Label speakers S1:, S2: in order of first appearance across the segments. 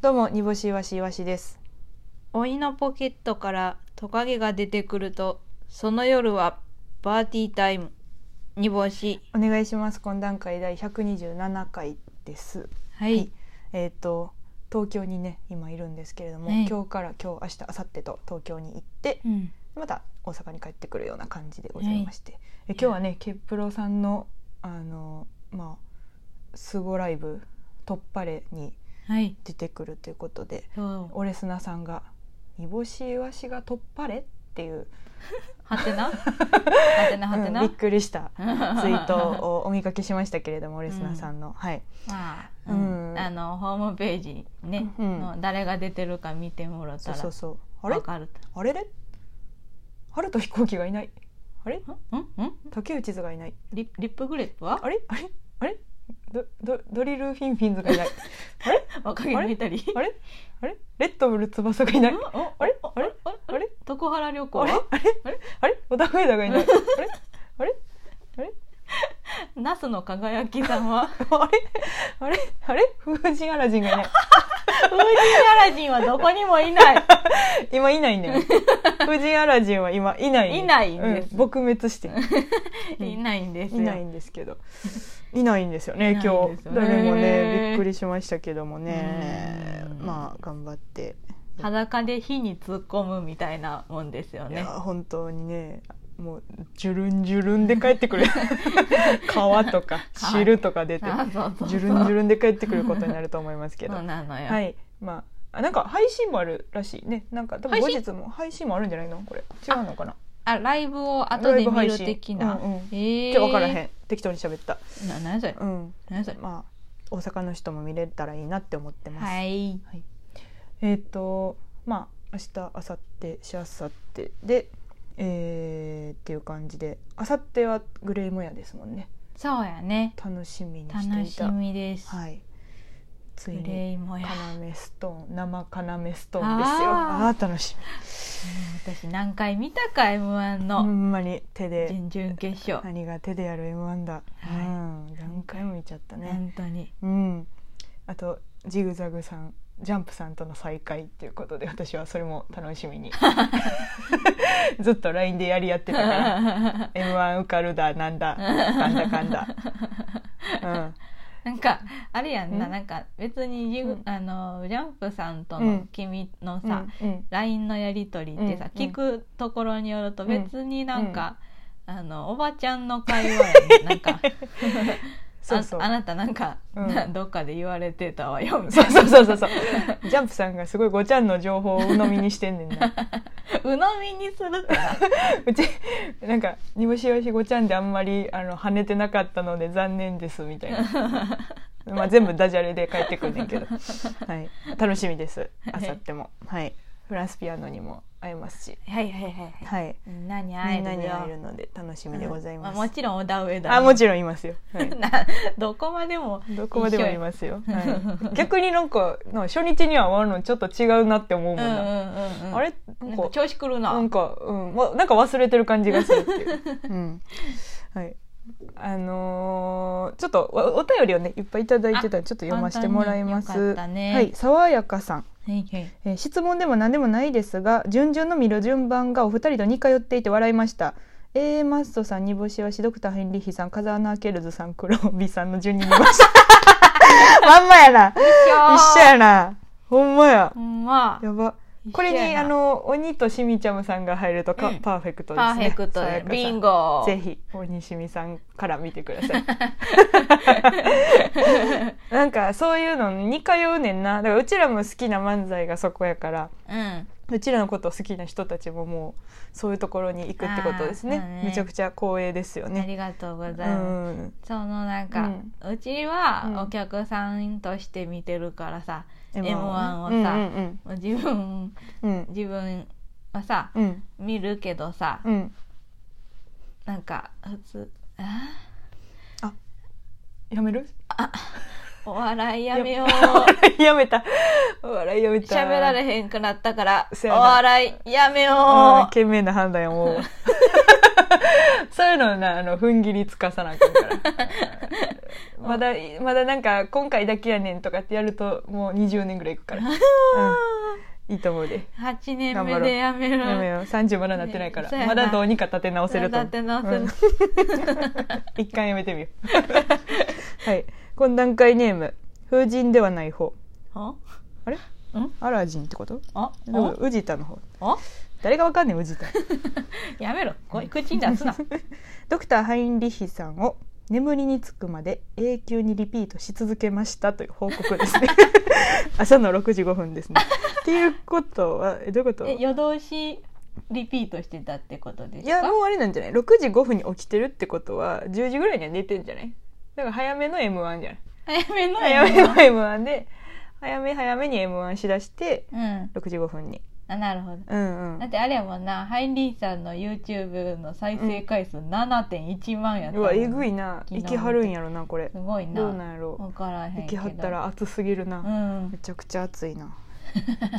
S1: どうも煮干しいわしいわしです
S2: 鬼のポケットからトカゲが出てくるとその夜はパーティータイム煮干し
S1: お願いします懇談会第127回です
S2: はい、
S1: はいえっ、と東京にね今いるんですけれども、
S2: はい
S1: 今日から今日明日明後日と東京に行って
S2: うん、
S1: また大阪に帰ってくるような感じでございまして、え今日はねケプロさんのあのまあスゴライブ突破れに
S2: はい
S1: 出てくるということで
S2: そう
S1: オレスナさんが「煮干しイワシが突破れ?」っていう
S2: はてなはてなはて
S1: うん
S2: な、、
S1: びっくりしたツイート をお見かけしましたけれども、オレスナさんの、はい、
S2: まあ
S1: う
S2: うんんあのホームページにね、
S1: うん
S2: の誰が出てるか見てもらっ
S1: そ
S2: た
S1: う
S2: ら
S1: そうそうあれ
S2: わかると
S1: あれれ春と飛行機がいないあれ
S2: うんうん
S1: 竹内図がいない
S2: リリップグレップは
S1: あれあれあれドドドリルフィンフィンズがいない
S2: 若気のいたり
S1: あれあれレッドブル翼がいない
S2: うんお
S1: あれ
S2: お
S1: あれ
S2: おお
S1: あれ
S2: 徳原旅行
S1: あれ
S2: は
S1: あれあれあれ小田上田がいないあれあれ
S2: ナスの輝きさんは
S1: あれあれあれ風神アラジンがいない
S2: ウージーアラジンはどこにもいない
S1: 今いないね風神アラジンは今いない、ね、
S2: いないんです
S1: うん、撲滅してるうん
S2: いないんですよ
S1: いないんですけど。いないんですよね、
S2: いないん
S1: 今
S2: で
S1: 日
S2: す。よね
S1: 誰もね、びっくりしましたけどもね
S2: う。ん
S1: まあ、頑張って。
S2: 裸で火に突っ込むみたいなもんですよ
S1: い
S2: ね
S1: や、本当にね、もう、ジュルンジュルンで帰って くる。川とか、
S2: 川
S1: 汁とか出て、
S2: あそうそうそう
S1: ジュルンジュルンで帰ってくることになると思いますけど
S2: そ。うなのよ、
S1: はい、まあ、あなんか配信もあるらしいね。なんか、多分後
S2: 配信
S1: 日も配信もあるんじゃないの、これ。違うのかな。
S2: あライブを後で見る的
S1: ライ
S2: な、
S1: ブ配信うんうん
S2: え
S1: っ
S2: え
S1: て分からへん、適当に喋った。
S2: んな何それ
S1: うん、
S2: 何それ
S1: まあ、大阪の人も見れたらいいなって思ってます。
S2: はい
S1: えっ、とまあ明日明後日しあさってでえーっていう感じで明後日はグレーモヤですもんね
S2: そうやね
S1: 楽しみにして
S2: 楽
S1: い
S2: したみです、
S1: はいつい
S2: グ
S1: に
S2: レイもや
S1: 要ストーン生要ストーンですよ
S2: あー
S1: ああー楽し
S2: 私何回見たか m 1
S1: みほ
S2: の
S1: んまに手で
S2: 準々決勝、
S1: 何が手でやる M1 だ、
S2: はい
S1: うん何回も見ちゃったね
S2: 本当 に
S1: うんあとジグザグさんジャンプさんとの再会っていうことで私はそれも楽しみに ずっと LINE でやり合ってたから m 1受かるだなんだなんだかんだ、うん、
S2: なんかあれやんな
S1: うん
S2: なんか別にジ
S1: う
S2: グ
S1: ん
S2: あのジャンプさんと
S1: うん
S2: の君のさ、
S1: うんうん、
S2: LINE のやり取りってさ、
S1: うん
S2: 聞くところによると
S1: うん
S2: 別になんか、あのおばちゃんの会話や ねなんか
S1: そうそう
S2: ああなたなんか、
S1: うん
S2: などっかで言われてたわよみた
S1: そ
S2: いう
S1: そうそうそうそうジャンプさんがすごいごちゃんの情報を鵜呑みにしてんねんな
S2: な 鵜呑みにするから
S1: うちなんか「煮干しよしごちゃんであんまりあの跳ねてなかったので残念です」みたいな、 まあ、全部ダジャレで帰ってくんねんけど、はい、楽しみですあさっても、はい、フランスピアノにも会えますし、
S2: はいはいはいはい
S1: はい、
S2: みんなに
S1: み
S2: 会
S1: んな
S2: える
S1: に
S2: よ
S1: 会えるので楽しみでございます、
S2: うんあもちろん小田上田
S1: あ も
S2: ろ
S1: ちろんいますよ、はい
S2: んどこまでも
S1: どこまでもいますよ、はい、逆になんかなんか初日には会うのちょっと違うなって思うもん
S2: うんうん
S1: な、
S2: うんうん
S1: あれな
S2: なんん
S1: か
S2: か調子くるな、
S1: なんか、うん、わなんか忘れてる感じがするっていう。 うん、はい。あのーちょっとおお便りをねいっぱいいただいてたんでちょっと読ませてもらいま
S2: 簡単に
S1: す。
S2: よかったね
S1: はい、爽やかさん。
S2: はいはい
S1: えー質問でも何でもないですが順々の見る順番がお二人と似通っていて笑いました A マストさん煮干しわしドクターヘンリーヒさん風穴アケルズさん黒帯さんの順に見ま したまんまやな一緒やなほんまや
S2: ほんま
S1: やばこれ
S2: 一緒
S1: に
S2: や
S1: あ
S2: な
S1: の鬼としみちゃむさんが入るとか、
S2: うん
S1: パーフェクトですね
S2: パーフェクト
S1: さやか
S2: で
S1: さん
S2: ビンゴ
S1: ぜひ鬼しみさんから見てくださ いなんかそういうの似通うねんなだからうちらも好きな漫才がそこやから
S2: うん
S1: うちらのことを好きな人たちももうそういうところに行くってことですね
S2: あーそうね
S1: めちゃくちゃ光栄ですよ
S2: あ
S1: ね
S2: りがとうございうます、
S1: ん
S2: そのなんか、うちは
S1: うん
S2: お客さんとして見てるからさ、
S1: M1
S2: M1 をさ
S1: うん
S2: もう自分
S1: うん
S2: 自分はさ
S1: うんうん
S2: 見るけどさ、
S1: うん
S2: なんか普通あ
S1: やめる
S2: ーお笑いやめよう
S1: やめた 笑いやめた
S2: 喋られへんくなったから
S1: そ
S2: お
S1: やな
S2: 笑いやめよ
S1: あー
S2: う
S1: 賢明な判断やもう そういうのなあの踏ん切りつかさなあかんから まだまだなんか今回だけやねんとかってやるともう20年ぐらいいくから、 うん、いいと思うで
S2: 8年目でやめろ
S1: やめよう30まだなってないから、
S2: そうや
S1: ま
S2: な
S1: だどうにか立て直せると思う
S2: 立て直せる
S1: うん一回やめてみよ うはい懇談会ネーム風神ではない方
S2: あ
S1: あれ
S2: ん
S1: アラジンってこと
S2: あ
S1: でも宇治田の方
S2: あ
S1: 誰がわかんねん宇治田
S2: やめろこい口に 出すな
S1: ドクターハインリヒさんを眠りにつくまで永久にリピートし続けましたという報告です ね朝の6時5分ですねっていうことはえどういうこと
S2: え夜通しリピートしてたってことです
S1: い
S2: か
S1: やもうあれなんじゃない6時5分に起きてるってことは10時ぐらいには寝てんじゃないだから早めの m 1じゃない
S2: 早めの
S1: 早めの m 1で早め早めに m 1しだして
S2: うん
S1: 6時5分に
S2: あなるほど
S1: うんうん
S2: だってあれやもんなハイリーさんの YouTube の再生回数7.1万やった
S1: う
S2: もん
S1: わえぐいな
S2: 昨日
S1: 行きはるんやろなこれ
S2: すごいな
S1: どうなんやろ
S2: 分からへん
S1: 行
S2: け
S1: き
S2: ど
S1: はったら暑すぎるな、
S2: うん
S1: めちゃくちゃ暑いな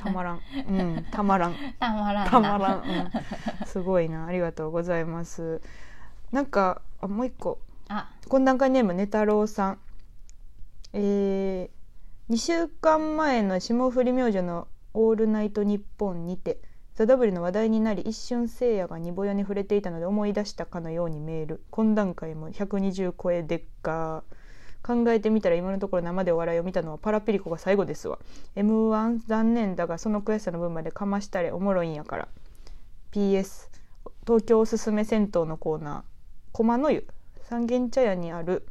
S1: たまらんうんたまらん
S2: たまらんな
S1: たまらん、うん、すごいなありがとうございますなんかあもう一個
S2: あ
S1: 懇談会ネームねたろうさんえー、2週間前の霜降り明星の「オールナイトニッポン」にて「ザ・ダブル」の話題になり一瞬せいやが煮ぼやに触れていたので思い出したかのようにメール懇談会も120超えでっか考えてみたら今のところ生でお笑いを見たのはパラピリコが最後ですわ m 1残念だがその悔しさの分までかましたれおもろいんやから PS 東京おすすめ銭湯のコーナー駒の湯三軒茶屋にある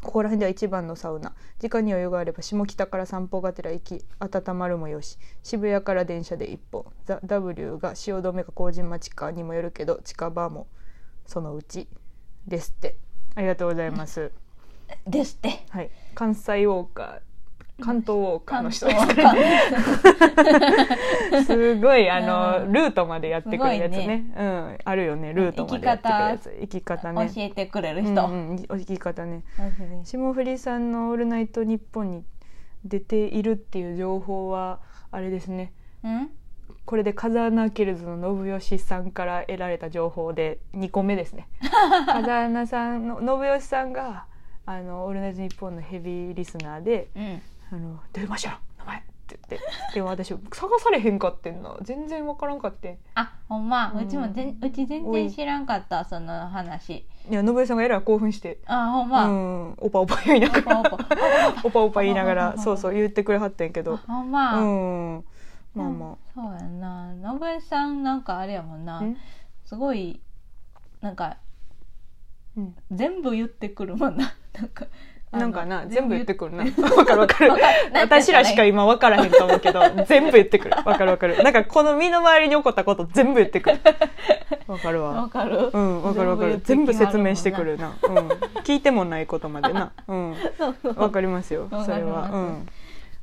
S1: ここら辺では一番のサウナ直に余裕があれば下北から散歩がてら行き温まるもよし渋谷から電車で一本ザ・ W が汐留か麹町かにもよるけど近場もそのうちですってありがとうございます、
S2: ですって
S1: はい、関西ウォーカー関東ウォーカーの人ですか
S2: 関東
S1: ら
S2: は
S1: ね すごいあの、
S2: うん
S1: ルートまでやってくるやつね
S2: すごい
S1: うん、あるよねルートまでやってくるやつ生き方ね
S2: 教えてくれる
S1: う
S2: 人、
S1: んうん、生き方ね霜降りさんの「オールナイトニッポン」に出ているっていう情報はあれですね
S2: うん
S1: これでカザーナケルズの信義さんから得られた情報で2個目 ですねカザーナさんの信義さんが「あのオールナイトニッポン」のヘビーリスナーで
S2: うん
S1: 「あの出てましたよ名前」って言ってでも私探されへんかってんな全然わからんかってん
S2: あほんま、
S1: う
S2: うんちもぜんうち全
S1: おい
S2: 然知らんかったその話
S1: いや信義さんがえらい興奮して
S2: あほん
S1: う
S2: ま、
S1: んオパオパ言いなが
S2: オパオ
S1: ら
S2: パ
S1: オパオパ言いながらそう そう言ってくれはってんけ
S2: あ
S1: ど
S2: ほんま、
S1: うんまあま
S2: そうやな信江さんなんかあれやもん
S1: あ、
S2: な
S1: うん
S2: すごいなんか
S1: うん
S2: 全部言ってくるもんな なんかあの
S1: なんかな全部言って
S2: く
S1: くるなわかるわかる
S2: わかる なんていうの
S1: 私らしか今わからへんと思うけど全部言ってくるわかるわかるなんかこの身の回りに起こったこと全部言ってくるわかるわ
S2: わかる
S1: うんわかるわかる全部
S2: 言ってき
S1: 説
S2: はるもんな
S1: 明してくるな、うん、聞いてもないことまでなうん
S2: そう そう
S1: わかりますよ
S2: わ
S1: そ
S2: か
S1: れ
S2: りま
S1: は
S2: す
S1: うん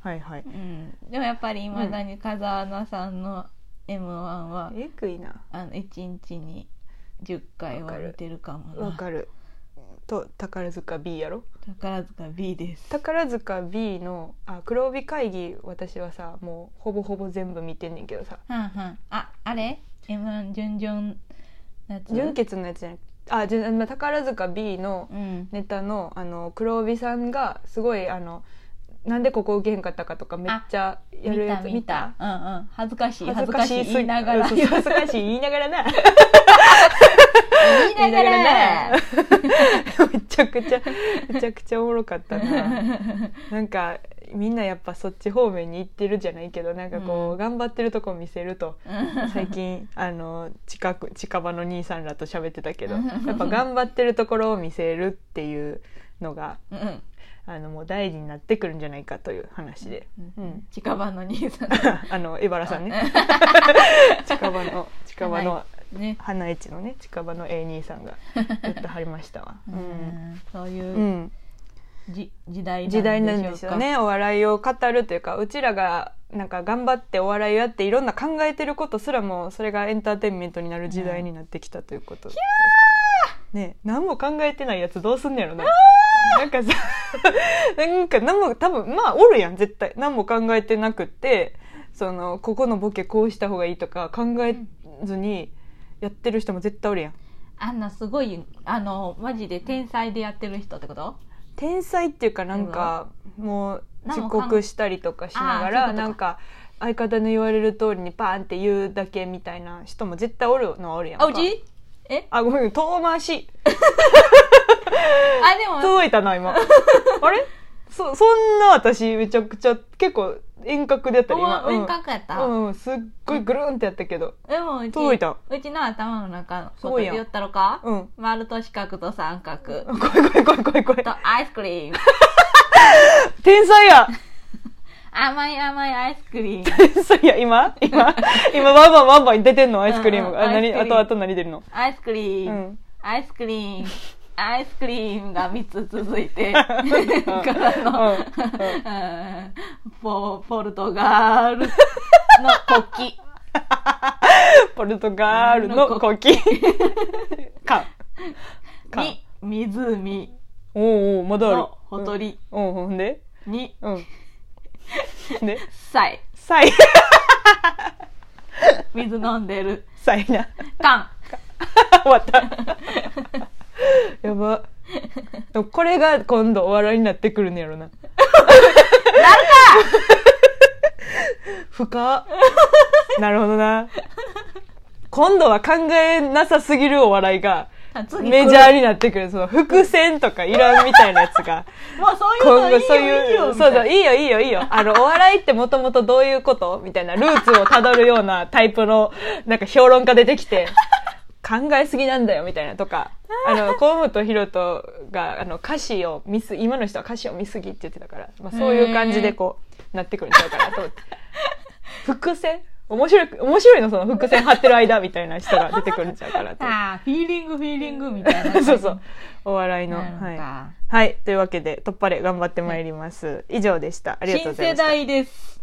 S1: はいはい
S2: うんでもやっぱりいまだに風穴さんの m 1は、
S1: えぐいな
S2: あの1日に10回は見てるかも
S1: わ
S2: な
S1: かると宝塚 B やろ
S2: 宝塚 B です
S1: 宝塚 B のあ黒帯会議私はさもうほぼほぼ全部見てんねんけどさ
S2: はんはんああれ m 1準々のやつ
S1: 純潔のやつじゃなくあじゅんまあ宝塚 B の
S2: うん
S1: ネタのあの黒帯さんがすごいあのなんでここ受けへんかったかとかめっちゃやるやつ
S2: 見た見たうんうん恥ずかしい恥ずかしい
S1: す
S2: 言いながら
S1: そうそう恥ずかしい言いながらな
S2: 言いながらね
S1: めちゃくちゃめちゃくちゃおもろかったな なんかみんなやっぱそっち方面に行ってるじゃないけどなんかこう、
S2: うん
S1: 頑張ってるとこ見せると最近あの近く近場の兄さんらと喋ってたけどやっぱ頑張ってるところを見せるっていうのが
S2: うん
S1: あのもう大事になってくるんじゃないかという話で、う
S2: うんん、近場の兄さん
S1: あの江原さんね 近場の近場の
S2: ね、
S1: 花市のね近場の A 兄さんが言ってはりましたわ。
S2: う
S1: うん
S2: ん、そう
S1: う、
S2: いうんじ、時代
S1: 時代なんですよねお笑いを語るというかうちらがなんか頑張ってお笑いをやっていろんな考えてることすらもそれがエンターテインメントになる時代になってきたということ、ね何も考えてないやつどうすんねやろななんかさ なんか何も多分まあおるやん絶対何も考えてなくってそのここのボケこうした方がいいとか考えずにやってる人も絶対おるやん
S2: あんなすごいあのマジで天才でやってる人ってこと
S1: 天才っていうかなんかもう
S2: 何
S1: 遅
S2: もかん
S1: 刻したりとかしなが
S2: あーそうい
S1: ら
S2: うことか
S1: なんか相方の言われる通りにパーンって言うだけみたいな人も絶対おるのはおるやんか
S2: あうちえ
S1: あごめん遠回し
S2: あでも
S1: 届いたな 今あれそそんな私めちゃくちゃ結構遠隔でやったね今
S2: お遠隔やった、
S1: うん、うん、すっごいぐるんってやったけど
S2: でもうち
S1: 届いた
S2: うちの頭の中の
S1: す
S2: こと
S1: ごいやん
S2: 言ったろか、
S1: うん
S2: 丸と四角と三角
S1: 怖い怖い怖い怖い怖い
S2: とアイス クリーム
S1: 天才や
S2: 甘い甘いアイスクリーム
S1: 天才や今今今バンバンバンバン出てんのアイスクリームが、
S2: うんうん
S1: あ何
S2: ア
S1: あ
S2: イスクリーム
S1: とあと何出るの
S2: アイスクリーム、
S1: うん
S2: アイスクリームアイスクリームが3つ続い て
S1: ん
S2: からの、
S1: うんうん
S2: うんポポルトガ ルの国旗
S1: ポルトガルの国旗かか
S2: に湖
S1: おうおうまだある
S2: のほとり
S1: うんうんほんで
S2: に
S1: うんほんで
S2: さい
S1: サイ
S2: 水飲んでる
S1: サイ な
S2: 缶
S1: 終わったやばでもこれが今度お笑いになってくるんやろななるか 深っなるほどな今度は考えなさすぎるお笑いがメジャーになってくるその伏線とかいらんみたいなやつが
S2: もうそう
S1: 今後そう
S2: いうのいいよいい
S1: い
S2: よ
S1: うそうだ
S2: み
S1: いいよいいよいいよ あのお笑いってもともとどういうことみたいなルーツをたどるようなタイプのなんか評論家出てき て考えすぎなんだよみたいなと かあの河本大翔があの歌詞を見す今の人は歌詞を見すぎって言ってたから、まあ、そういう感じでこうなってくるんちゃうかなと思 って伏線面白い面白いのその伏線張ってる間みたいな人が出てくるんちゃうかなと
S2: たい
S1: 思っ
S2: なあーフィーリングフィーリングみたい
S1: て
S2: な
S1: そうそうお笑い の
S2: なるのか
S1: はい。はい。というわけで、突破で頑張ってまいります。以上でした。ありがとう
S2: 新
S1: ございました。
S2: 世代です